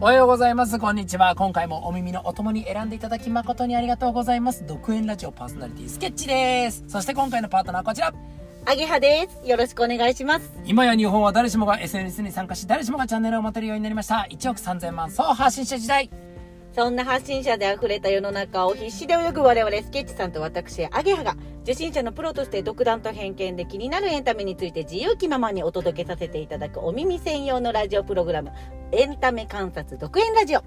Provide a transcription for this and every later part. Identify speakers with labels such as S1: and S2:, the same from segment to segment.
S1: おはようございますこんにちは今回もお耳のお供に選んでいただき誠にありがとうございます独演ラジオパーソナリティスケッチですそして今回のパートナーはこちら
S2: アゲハです。よろしくお願いします。
S1: 今や日本は誰しもが SNS に参加し誰しもがチャンネルを持てるようになりました1億3000万総発信者時代
S2: そんな発信者で溢れた世の中を必死で泳ぐ我々スケッチさんと私、アゲハが、受信者のプロとして独断と偏見で気になるエンタメについて自由気ままにお届けさせていただくお耳専用のラジオプログラム、エンタメ観察独演ラジオ。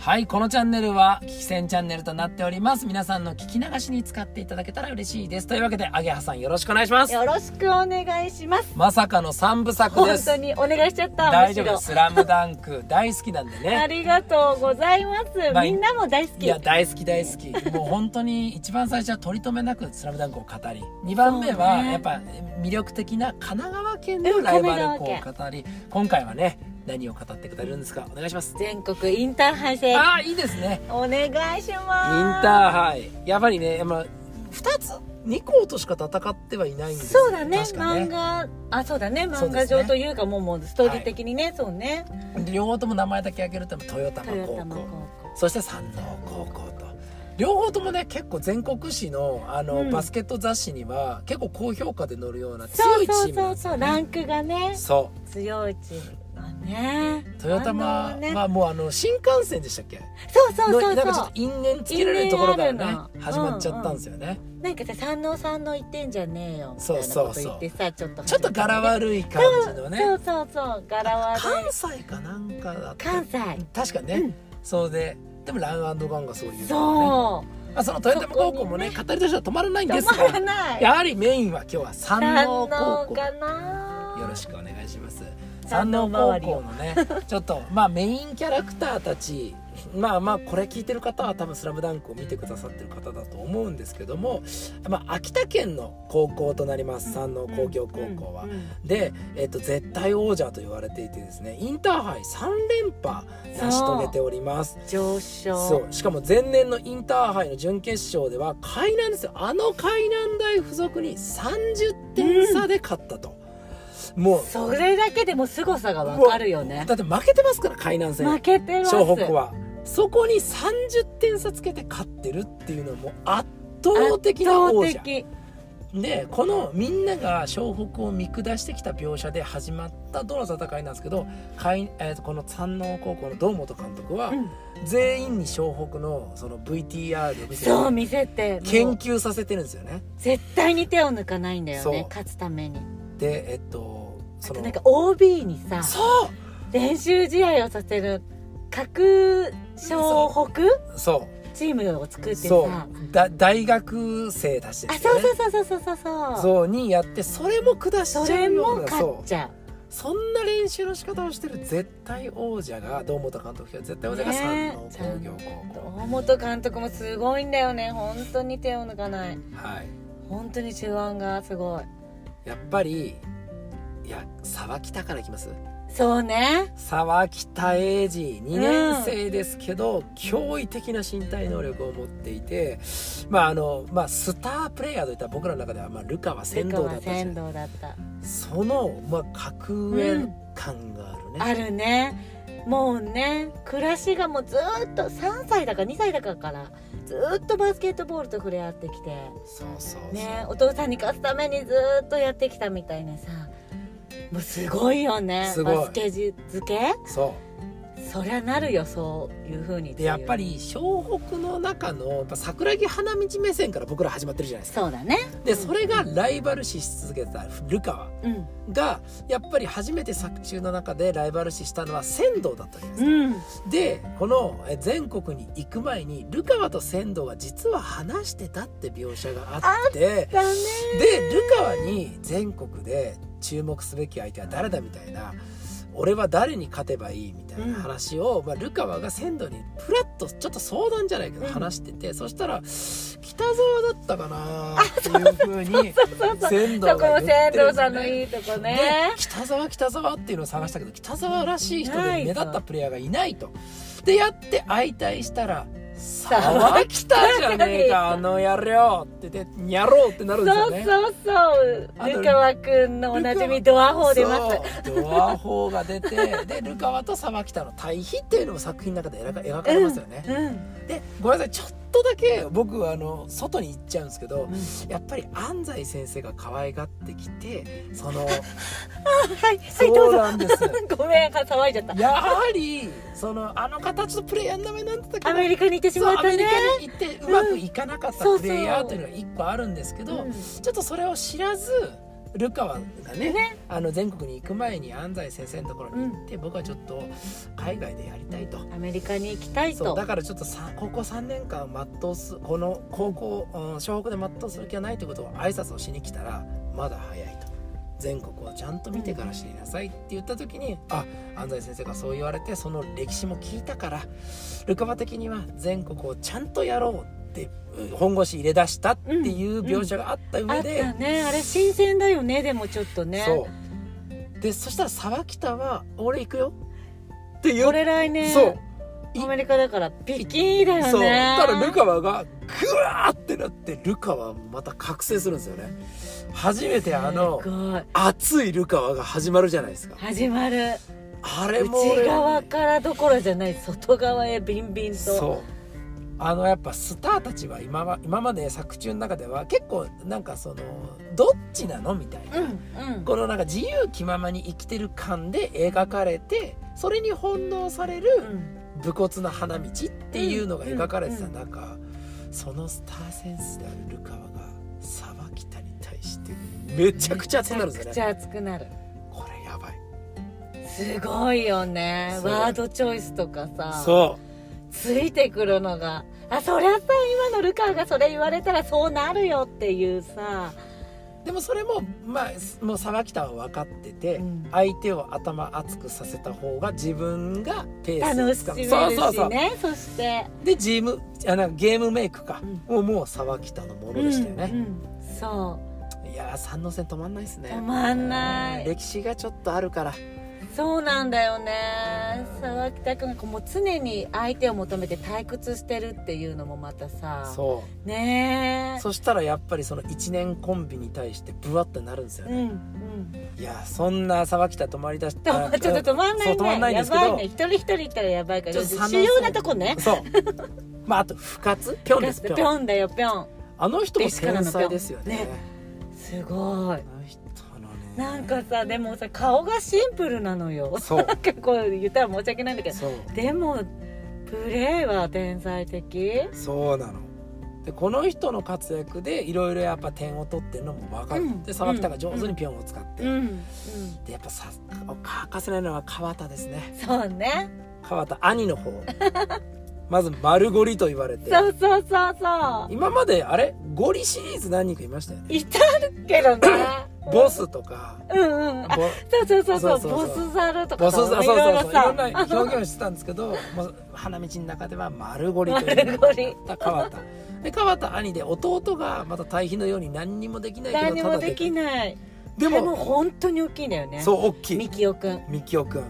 S1: はいこのチャンネルは聞き戦チャンネルとなっております皆さんの聞き流しに使っていただけたら嬉しいですというわけでアゲハさんよろしくお願いします
S2: よろしくお願いします。
S1: まさかの3部作
S2: 本
S1: です
S2: 当にお願いしちゃった。
S1: 大丈夫
S2: む
S1: です
S2: し
S1: スラムダンク大好きなんで
S2: ろあ
S1: ね
S2: りがとうございます
S1: まあ。
S2: みんなも大好
S1: い
S2: き。
S1: や大好き大好きもう本当に一番最初は取り留めなく「スラムダンクを語 り2番目は
S2: そうね
S1: やっぱ魅力的な神奈川県のライバル校を
S2: うん神
S1: 語り今回はね何を語ってくれるんですかお願いします
S2: 全国インターハイ制。
S1: ああいいですね
S2: お願いし
S1: イン
S2: ます。
S1: ターハイやっぱりね、まあ、2つ2校としか戦ってはいないんですよ
S2: そうだね
S1: 確か
S2: 漫
S1: ね
S2: 画あそうだね
S1: そう
S2: 漫
S1: で
S2: 画
S1: すね
S2: 上というかもうもうストーリー的にね、そうね
S1: 両方とも名前だけ挙げると豊玉
S2: 豊
S1: 高
S2: 玉高
S1: 校
S2: 校
S1: そして山王高校と両方ともね結構全国紙のあの、
S2: うん
S1: バスケット雑誌には結構高評価で載るような
S2: そ
S1: 強
S2: う
S1: いチ
S2: そ
S1: ーム
S2: う
S1: なんです
S2: そうそう
S1: よ
S2: ラ
S1: ね
S2: ンクがね
S1: そ
S2: 強いチームだね
S1: う豊玉
S2: あのね
S1: はもうあの新幹線でしたっけ
S2: そうそうそうそ
S1: の
S2: う
S1: なんかちょっと因縁つけられるところから
S2: 因縁あ
S1: ね
S2: るの
S1: 始まっちゃったんですよね、
S2: なんかさ山王さんの言ってんじゃねえよみたいな
S1: そうそ
S2: こと
S1: うそ
S2: 言
S1: う
S2: ってさちょっと
S1: ちょっと柄悪い感じのね
S2: そうそうそう柄悪い
S1: 関西かなんかだった
S2: 関西
S1: 確かね、
S2: うん
S1: そうででもランガンがそういう、ね、
S2: そう
S1: まあ、その豊玉高校もね
S2: そ
S1: 語りとしては止まらないんで
S2: 止
S1: す
S2: まら
S1: が
S2: ない
S1: やはりメインは今日は山
S2: 山
S1: 王
S2: 王
S1: 高校
S2: かな
S1: よろしくお願いします山
S2: 山
S1: 王
S2: 王
S1: 高
S2: 周り
S1: 校
S2: を
S1: のねちょっとまあメインキャラクターたちまあまあこれ聞いてる方は多分「スラムダンクを見てくださってる方だと思うんですけども、まあ、秋田県の高校となります山王工業高校は
S2: うん。うん
S1: で、えっと、絶対王者と言われていてですねインターハイ3連覇成し遂げております
S2: 上昇
S1: そうしかも前年のインターハイの準決勝では海南ですよあの海南大附属に30点差で勝ったと、もう
S2: それだけでも凄さがわかるよね
S1: だって負けてますから海南戦
S2: 負けてます
S1: 湘北はそこに30点差つけて勝ってるっていうのも圧倒的な王者
S2: 圧倒的
S1: でこのみんなが湘北を見下してきた描写で始まったどの戦いなんですけど海えーとこの山王高校の堂本監督は、
S2: うん
S1: 全員に湘北のその VTR を見せて
S2: そう見せて
S1: 研
S2: もう
S1: 究させてるんですよね。
S2: 絶対に手を抜かないんだよ
S1: そう
S2: ね勝つために
S1: でえっと
S2: あ
S1: そ
S2: と
S1: の
S2: なんか OB にさ
S1: そ
S2: 練習試合をさせる各小北
S1: うそ
S2: チームを作っ
S1: う
S2: て
S1: そ
S2: さ
S1: うだ大学生たちで
S2: あ
S1: すよ
S2: そ
S1: ね。
S2: うそうそうそうそうそう
S1: そうにやってそれも下し
S2: そ
S1: ちゃ
S2: れ
S1: うような
S2: も勝
S1: そ
S2: っ
S1: う
S2: ちゃ
S1: そんな練習の仕方をしてる絶対王者が堂本監督が絶対王者が
S2: ね
S1: 山王工業
S2: う
S1: 高校、
S2: 大本監督もすごいんだよね本当に手を抜かない
S1: はい
S2: 本当に手腕がすごい
S1: やっぱりいや沢北からいきます
S2: そうね
S1: 沢北英二2年生ですけど、驚異的な身体能力を持っていてまああの、まあ、スタープレイヤーといったら僕らの中では、まあ、ルカは先
S2: 先
S1: 導
S2: 導
S1: だったじゃない
S2: だった
S1: その、まあ、格上感があるね、
S2: あるねもうね暮らしがもうずーっと3歳だか2歳だかからずーっとバスケットボールと触れ合ってきて
S1: そうそうそう、
S2: ねお父さんに勝つためにずーっとやってきたみたいなさもうすごいよね
S1: すごい
S2: バスケ漬け
S1: そう
S2: そりゃなるよそういうふうに
S1: でやっぱり湘北の中のやっぱ桜木花道目線から僕ら始まってるじゃないですか
S2: そうだね
S1: でそれがライバル視し続けてたルカワ
S2: うん
S1: がやっぱり初めて作中の中でライバル視したのは仙道だったじゃないですか
S2: うん
S1: でこのえ全国に行く前にルカワと仙道は実は話してたって描写があって
S2: だね
S1: でルカワに全国で注目すべき相手は誰だみたいな俺は誰に勝てばいいみたいな話を、まあ、ルカワが仙道にプラッとちょっと相談じゃないけど
S2: うん
S1: 話してて、そしたら北沢だったかなっていうふうに
S2: そうそう
S1: 仙道
S2: そこも
S1: が言
S2: 仙
S1: ってる
S2: 道
S1: んです
S2: さんの
S1: ね。
S2: いいとこ
S1: で
S2: ね
S1: 北沢北沢っていうのを探したけど北沢らしい人
S2: な
S1: で
S2: い
S1: 目
S2: と
S1: 立ったプレイヤーがいないとでやって相対したら沢北じゃねえかあの野郎ってでにゃろうってなるんですよ
S2: そう
S1: ね
S2: そうそう
S1: あの
S2: ルカワくんのおなじみドアホ出ます
S1: そうドアホが出て でルカワと沢北の対比っていうのも作品の中で描か描かれますよね、
S2: うん
S1: でごめんなさいちょっとだけ僕はあの外に行っちゃうんですけどやっぱり安西先生が可愛がってきてその
S2: はいはいど
S1: そうう
S2: ぞ
S1: なんです
S2: ごめん騒いじゃった
S1: やはりそのあの形のプレイヤーの名前なんだった
S2: ア
S1: かな
S2: メリカに行ってし
S1: そ
S2: ま
S1: う
S2: っ
S1: ア
S2: た
S1: メリ
S2: ね
S1: カに行ってうまくいかなかった
S2: そうそ
S1: プ
S2: う
S1: レイヤーというのが一個あるんですけど、
S2: うん
S1: ちょっとそれを知らずルカワがね
S2: ね
S1: あの全国に行く前に安西先生のところに行って、僕はちょっと海外でやりたいと。
S2: アメリカに行きたい
S1: そう
S2: と
S1: だからちょっとさ高校3年間全うすこの高校、うん、小北で全うする気はないということを挨拶をしに来たらまだ早いと全国をちゃんと見てから知りなさいって言った時に、あ安西先生がそう言われてその歴史も聞いたからルカバ的には全国をちゃんとやろうってうん本腰入れ出したっていう描写があった
S2: あ
S1: 上
S2: っ
S1: で、
S2: たねあれ新鮮だよねでもちょっとね
S1: そうでそしたら沢北は「俺行くよ」って言う
S2: 俺来年
S1: そう
S2: アメリカだからピキーだよね
S1: そうただルカワがグワーってなってルカワまた覚醒するんですよね初めてあの
S2: すごい
S1: 熱いルカワが始まるじゃないですか
S2: 始まる
S1: あれも俺
S2: 内側からどころじゃない外側へビンビンと
S1: そうあのやっぱスターたちは今は今まで作中の中では結構なんかそのどっちなのみたいな、
S2: うんうん
S1: このなんか自由気ままに生きてる感で描かれてそれに翻弄される、
S2: うん
S1: 武骨な花道っていうのが描かれてた中、そのスターセンスであるルカワが沢北に対してめちゃくちゃ熱くなるん
S2: め
S1: で
S2: ち
S1: す
S2: ゃくち
S1: よね
S2: ゃ熱くなる
S1: これやばい
S2: すごいよね
S1: そう
S2: ワードチョイスとかさ
S1: そ
S2: ついてくるのがあそりゃさ今のルカがそれ言われたらそうなるよっていうさ
S1: うでもそれもまあもう沢北は分かってて、
S2: うん
S1: 相手を頭熱くさせた方が自分がペース
S2: 楽
S1: つ
S2: し
S1: かむ
S2: める
S1: そうそうそ
S2: し
S1: う
S2: ねそして
S1: でジムあなんかゲームメイクか、
S2: うん
S1: もうもう沢北のものでしたよ
S2: うん
S1: ね、
S2: うんそ
S1: いやー三の線止まんないですね
S2: 止まんない
S1: 歴史がちょっとあるから
S2: うそうなんだよね沢北君がもう常に相手を求めて退屈してるっていうのもまたさ
S1: そう
S2: ねえ
S1: そしたらやっぱりその1年コンビに対してブワッとなるんですよ
S2: うん
S1: ね、
S2: うん
S1: いやそんな沢北止まりだし
S2: ちょ
S1: た
S2: っと止まんない
S1: そ
S2: ね。
S1: う止まんないんですけど
S2: やばいね。一人一人行ったらやばいか
S1: ちょ
S2: ら。
S1: っと寒い
S2: 主要なとこね。
S1: そうまああと不活ピョンですピョ
S2: ぴ
S1: ン
S2: ょんだよ、ぴょん。
S1: あの人も天才ですよね
S2: ねすご
S1: あ。
S2: い
S1: の人のね
S2: なんかさ、でもさ、顔がシンプルなのよ。
S1: そう
S2: なんかこう言ったら申し訳ないんだけど。
S1: そう
S2: でも、プレーは天才的。
S1: そうなのでこの人の活躍でいろいろやっぱ点を取ってるのも分かる、
S2: うん
S1: で沢北が上手にピョンを使って、
S2: うん。うん。
S1: でやっぱさ欠かせないのは川田ですね
S2: そうね。
S1: 川田兄の 方まず丸ゴリと言われて
S2: そうそうそうそう。
S1: 今まであれゴリシリーズ何人かいましたよね
S2: いたけどね。
S1: ボ。スとか
S2: うんうん。あ、
S1: ボ
S2: そうそうそうそ
S1: そ
S2: う。
S1: うそう
S2: ボ
S1: そう
S2: スザルと
S1: ボ
S2: か
S1: ス
S2: さ。
S1: そうそうそう
S2: ろ
S1: そうい
S2: ろさ
S1: ろんな表現をしてたんですけど もう花道の中では丸ゴリという
S2: 丸ゴリ
S1: 川田で川田兄で弟がまた対比のように何にもできないけど
S2: 何
S1: た
S2: も
S1: だ
S2: できない。
S1: で
S2: でも
S1: も
S2: 本当に大きいんだよね
S1: そう大き
S2: み
S1: い
S2: きおくん
S1: みきおくん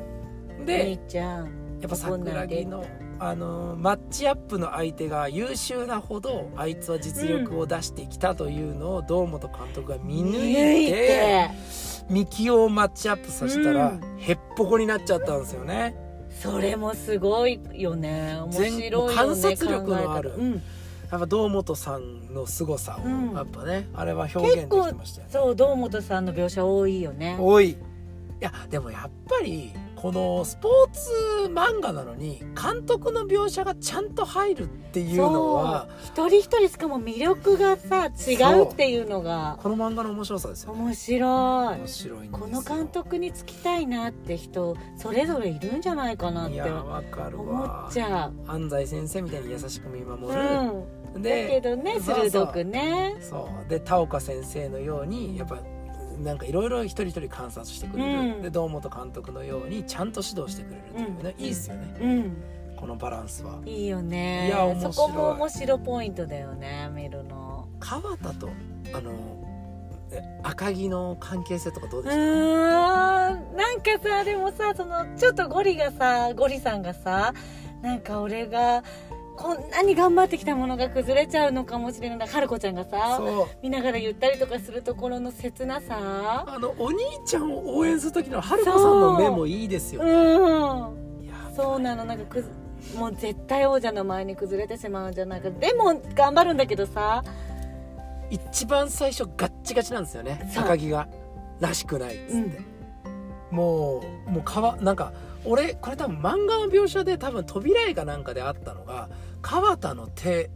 S2: み
S1: で
S2: ーちゃん
S1: やっぱ桜木のあのーマッチアップの相手が優秀なほどあいつは実力を出してきたというのを堂本監督が見抜いてミキをマッチアップさせたら、
S2: うん
S1: へっぽこになっちゃったんですよね
S2: それもすごいよね面白いよね
S1: 全観察力のある
S2: 考えたらうん、
S1: やっぱ堂本さんの凄さを、
S2: うん
S1: やっぱねあれは表現できてましたよね
S2: そう堂本さんの描写多いよね
S1: 多いいやでもやっぱりこのスポーツ漫画なのに監督の描写がちゃんと入るっていうのは
S2: そう一人一人しかも魅力がさ違うっていうのが
S1: この漫画の面白さですよね
S2: 面白い
S1: 面白いんです
S2: こ
S1: よ
S2: の監督につきたいなって人それぞれいるんじゃないかなっ
S1: い
S2: て
S1: やわかる
S2: 思
S1: わ
S2: っちゃう、
S1: 安西先生みたいに優しく見
S2: う
S1: 守る、
S2: ん、だ
S1: で
S2: けどね
S1: そうそう
S2: 鋭くね
S1: そうで田岡先生のようにやっぱなんかいろいろ一人一人観察してくれる、
S2: うん
S1: で堂本監督のようにちゃんと指導してくれるっていうね、
S2: うん
S1: いいっすよね
S2: うん
S1: このバランスはい
S2: いよね
S1: いや面白い
S2: そこも面白ポイントだよね見るの
S1: 川田とあのえ赤城の関係性とかどう
S2: う
S1: で
S2: ー
S1: し
S2: んなんかさでもさそのちょっとゴリがさゴリさんがさなんか俺がこんなに頑張ってきたものが崩れちゃうのかもしれない春子ちゃんがさ
S1: そう
S2: 見ながらゆったりとかするところの切なさ
S1: あのお兄ちゃんを応援する時の春子さんの目もいいですよ
S2: うん
S1: いや
S2: そうなのなんかくずもう絶対王者の前に崩れてしまうんじゃないかでも頑張るんだけどさ
S1: 一番最初ガッチガチなんですよね
S2: そう
S1: 高木がらしくないっつって、もうもう川なんか俺これ多分漫画の描写で多分扉絵かなんかであったのが川田の手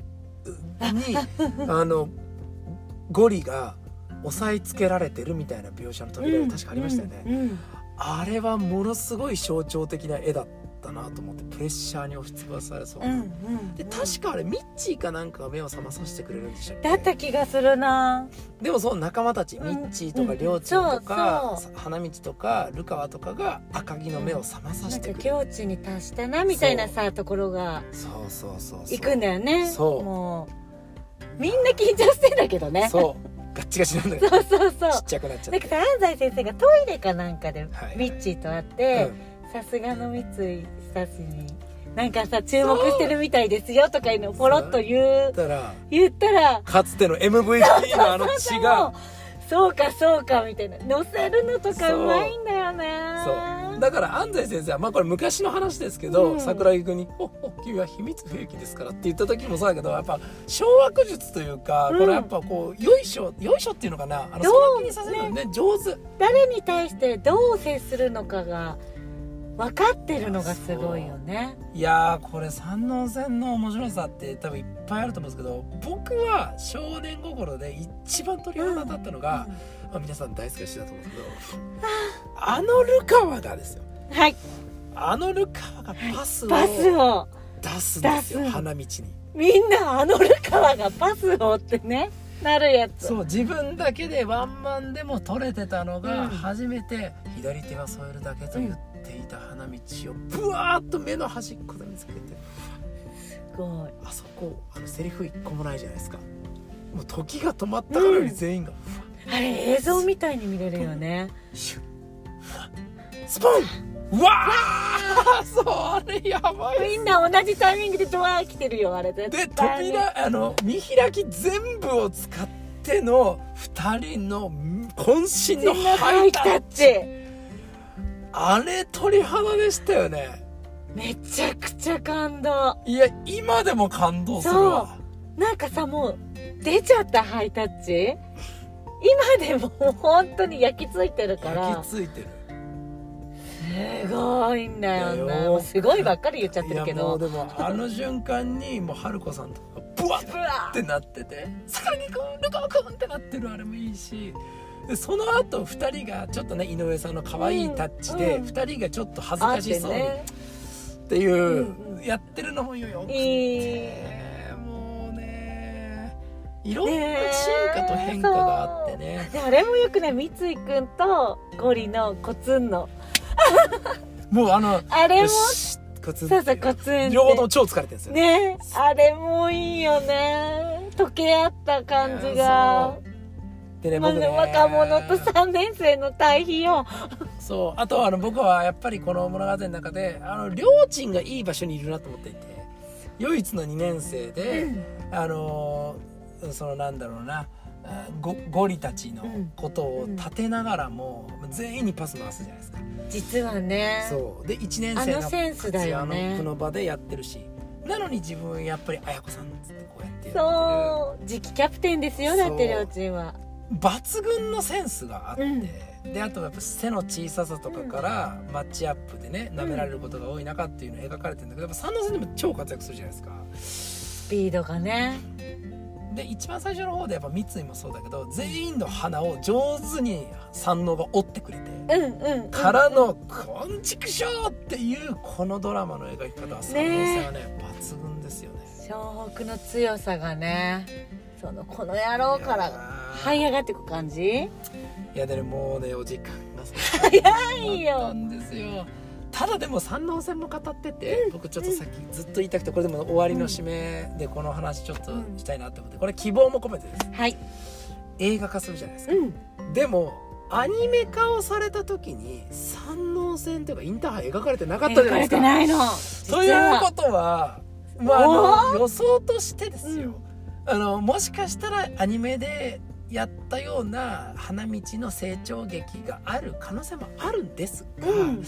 S1: に あのゴリが押さえつけられてるみたいな描写の扉絵確かありましたよね、
S2: うんうん
S1: あれはものすごい象徴的な絵だったなと思ってプレッシャーに押しつぶされそう、
S2: うんうん
S1: で確かあれミッチーかなんかが目を覚まさせてくれるんでしたっけ
S2: だった気がするな
S1: でもその仲間たち、
S2: うん
S1: ミッチーとかりょうちゃんとか、
S2: うんそ
S1: 花道とかルカワとかが赤木の目を覚まさ
S2: な
S1: せ
S2: ん
S1: て
S2: か
S1: くれる、
S2: 境地に達したなみたいなさところが
S1: そうそうそうそう
S2: 行くんだよね
S1: そう
S2: もうみんな緊張してんだけどね
S1: そうガッチガチなんだけど
S2: そうそうそう
S1: ちっちゃくなっちゃっ
S2: な
S1: て
S2: んかさ安西先生がトイレかなんかで
S1: はい
S2: ミッチーと会っ
S1: う
S2: て
S1: ん
S2: 「さすがの三井久志になんかさ注目してるみたいですよ」とかいうのをポロッと言う
S1: だから
S2: 言ったら
S1: かつての MVP のあの血が
S2: 「そうかそうか」みたいな乗せるのとか
S1: そう
S2: うまいんだよね
S1: そうだから安西先生はまあこれ昔の話ですけど、
S2: うん
S1: 桜木君に「おお君は秘密兵器ですから」って言った時もそうだけどやっぱ掌握術というか、
S2: うん
S1: これやっぱこうよいしょよいしょっていうのかなあの
S2: ど
S1: その
S2: う
S1: 気にさせるのね上手
S2: 誰に対してどう接するのかが分かってるのがすごいよね
S1: いやーこれ山王戦の面白さって多分いっぱいあると思うんですけど僕は少年心で一番鳥肌立ったのが、まあ、皆さん大好きな詩だと思うんですけどあのルカワがですよ
S2: はい
S1: あのルカワがパスを
S2: パスを
S1: 出すんですよ、
S2: 出す
S1: 花道に
S2: みんなあのルカワがパスをってねなるやつ
S1: そう自分だけでワンマンでも取れてたの
S2: う
S1: が
S2: ん
S1: 初めて左手は添えるだけと言っていた花道をブワーッと目の端っこで見つけて
S2: すごい
S1: あそこあのセリフ一個もないじゃないですかもう時が止まったからより全員が、
S2: あれ映像みたいに見れるよね
S1: シュッふわスポンうわー そうあれやばい
S2: みんな同じタイミングでドア来てるよあれ絶
S1: で
S2: 対に
S1: 扉あの見開き全部を使っての2人の渾身の
S2: みんな
S1: ハ
S2: ハ
S1: イ
S2: イ
S1: タ
S2: タ
S1: ッ
S2: ッ
S1: チ
S2: チ
S1: あれ鳥肌でしたよね
S2: めちゃくちゃ感動
S1: いや今でも感動するわ
S2: なんかさもう出ちゃったハイタッチ今でも本当に焼き付いてるか
S1: 焼
S2: ら
S1: き付いてる
S2: すごいんだよ
S1: いや
S2: ね
S1: よ
S2: もうすごいばっかり言っちゃってるけ
S1: いやもう
S2: ど
S1: でもあの瞬間にもう春子さんとかがブワッ
S2: うわ
S1: ってなってて「桜木くんルカワくん!」ってなってるあれもいいしでその後二2人がちょっとね井上さんの可愛いタッチで
S2: うんうん
S1: 2人がちょっと恥ず
S2: あ
S1: か
S2: っ
S1: してそうにっ
S2: ね
S1: ていう
S2: うんうん
S1: やってるのもよくて
S2: いい
S1: もうねいろんな進化と変化があってね
S2: であれもよくね三井君とゴリのコツンの
S1: もうあの
S2: あ
S1: 「
S2: れ
S1: よ
S2: も
S1: しコツン」
S2: そうそうコツンって
S1: 両方とも超疲れてるんですよ
S2: ねあれもいいよね溶け合った感じが
S1: そうでね
S2: まあ
S1: 僕ね
S2: ね若者と3年生の対比よ
S1: そうあとあの僕はやっぱりこの物語の中であの両親がいい場所にいるなと思っていて唯一の2年生で、あのーそのなんだろうなあゴゴリたちのことを立てながらも、全員にパス回すじゃないですか、
S2: 実はね
S1: そうで1年生
S2: あのセンスだよね
S1: あのこの場でやってるしなのに自分はやっぱり綾子さんっつってこうやってやってる
S2: そう次期キャプテンですよだって
S1: そう
S2: 両チームは
S1: 抜群のセンスがあって、
S2: うん
S1: であとやっぱ背の小ささとかからマッチアップでね舐められることが多い中っていうのが描かれてるんだけどやっぱ3の線でも超活躍するじゃないですか
S2: スピードがね
S1: で一番最初の方でやっぱ三井もそうだけど全員の花を上手に三能が折ってくれて
S2: うんうん
S1: からの「こんちくしょう!」っていうこのドラマの描き方は三能線はね抜群ですよね
S2: 湘北の強さがねそのこの野郎か
S1: いや
S2: ら
S1: ー
S2: 這い上がってく感じ
S1: いやでももうねお時間が
S2: 早い
S1: あった
S2: よ
S1: んですよただでも三能線も語ってて、僕ちょっとさっきずっと言いたくてこれでも終わりの締めでこの話ちょっとしたいなって思ってこれ希望も込めてです
S2: はい
S1: 映画化するじゃないですか、
S2: うん
S1: でもアニメ化をされた時に三能線というかインターハイ描かれてなかったじゃないで
S2: 描かれ
S1: すか
S2: てないの
S1: ということはまあ、あの予想としてですよ、あのもしかしたらアニメでやったような花道の成長劇がある可能性もあるんですが、
S2: うん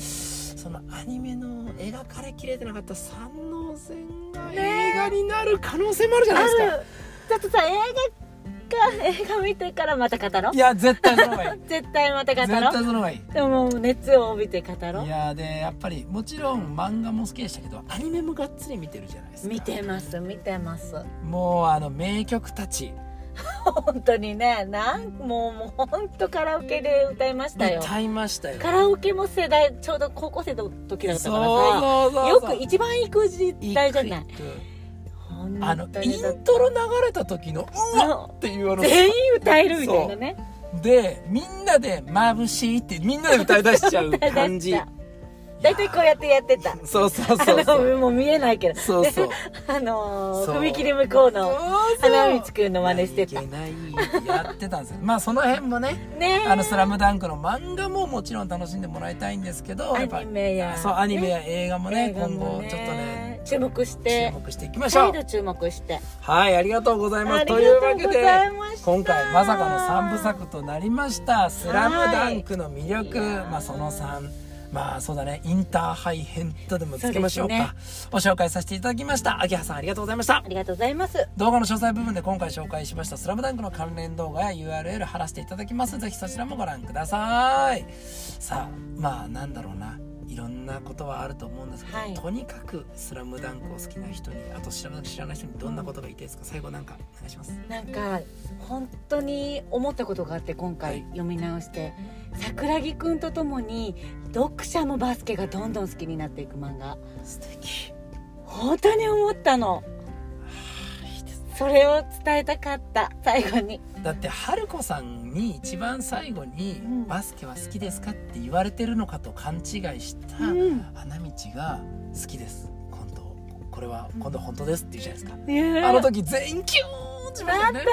S1: そのアニメの描かれきれてなかった三能線が
S2: ねえ
S1: 映画になる可能性もあるじゃ
S2: あ
S1: ない
S2: る
S1: ですか。
S2: ちょっとさ映画か映画見てからまた語ろう
S1: いや絶対その方 がいい
S2: 絶対また語
S1: 絶
S2: ろ
S1: 対
S2: う
S1: その方がいい
S2: でももう熱を帯びて語ろ
S1: いうやーでやっぱりもちろん漫画も好きでしたけどアニメもがっつり見てるじゃないですか
S2: 見てます見てます
S1: もうあの名曲たち
S2: 本当にねなんもうもう本当カラオケで歌いましたよ
S1: 歌いましたよ
S2: カラオケも世代ちょうど高校生の時だったから
S1: そう
S2: さ
S1: そうそう
S2: よく一番行く時代じゃない
S1: 行く行く
S2: 本
S1: あの
S2: 当
S1: イ
S2: にだっ
S1: ントロ流れた時のうわ
S2: あ
S1: っていうあの
S2: 全員歌えるみたいなね
S1: でみんなで「眩しい」ってみんなで歌い出しちゃう感じ
S2: 歌い出し大体こうやってやってた
S1: そうそうそう
S2: あ
S1: そう
S2: のもう見えないけど
S1: そうそう
S2: あのー
S1: そう
S2: 踏切向こうの花道くんの
S1: の
S2: 真似してた
S1: いけないやってたんですよまあその辺もね
S2: ねえ
S1: あのスラムダンクの漫画ももちろん楽しんでもらいたいんですけど、やっぱ
S2: アニメや
S1: そうアニメや映画もね
S2: 映画
S1: 今
S2: も
S1: 後ちょっとね
S2: 注目して
S1: 注目していきましょ
S2: 再
S1: う。
S2: 度注目して
S1: はい、ありがとうございます。
S2: ありがとう
S1: いうわけ
S2: ご
S1: で
S2: ざいました
S1: 今回まさかの三部作となりました「スラムダンクの魅力
S2: はいいやー
S1: まあその3まあそうだねインターハイ編とでもつけましょうかご紹介させていただきました秋葉さんありがとうございました
S2: ありがとうございます
S1: 動画の詳細部分で今回紹介しました「スラムダンクの関連動画や URL 貼らせていただきますぜひそちらもご覧くださいさあまあなんだろうないろんなことはあると思うんですけど、
S2: はい
S1: とにかく「スラムダンクを好きな人にあと知らない知らない人にどんなことが言いたいですか最後なんかお願いします
S2: なんか本当に思ったことがあって今
S1: はい
S2: 回読み直して、桜木くんとともに読者もバスケがどんどん好きになっていく漫画
S1: 素敵
S2: 本当に思ったの
S1: いいです
S2: それを伝えたかった最後に
S1: だって春子さんに一番最後に「
S2: うん
S1: バスケは好きですか?」って言われてるのかと勘違いした
S2: うん
S1: 花道が「好きです今度これは今度本当です」って言うじゃないですか
S2: あ
S1: あの時全員キューンしまし
S2: だ
S1: た
S2: ったね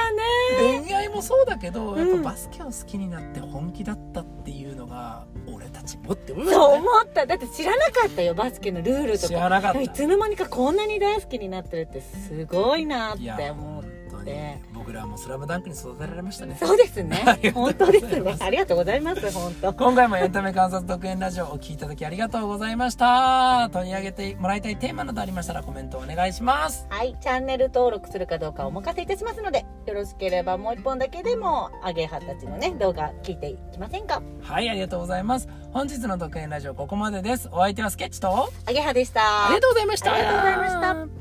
S1: ね恋愛もそうだけどやっ
S2: うん
S1: ぱバスケを好きになって本気だったっていうのが俺たちもって思いまし
S2: そう
S1: たね
S2: 思っただって知らなかったよバスケのルールと
S1: 知
S2: から
S1: なかっ
S2: い
S1: た
S2: つの間にかこんなに大好きになってるってすごいなっ
S1: いや
S2: て思
S1: 本
S2: う
S1: 当に僕らも「スラムダンクに育てられましたね
S2: そうです
S1: あり
S2: ね
S1: がとうございます
S2: 本当ですねありがとうございます本当
S1: 今回もエンタメ観察独演ラジオをお聞きいただきありがとうございました取り上げてもらいたいテーマなどありましたらコメントお願いします
S2: はい、チャンネル登録するかどうかお任せいたしますので、よろしければもう一本だけでも、アゲハたちのね、動画聞いていきませんか
S1: はいありがとうございます本日の独演ラジオここまでですお相手はスケッチと
S2: アゲハでした。
S1: ありがとうございました
S2: ありがとうございました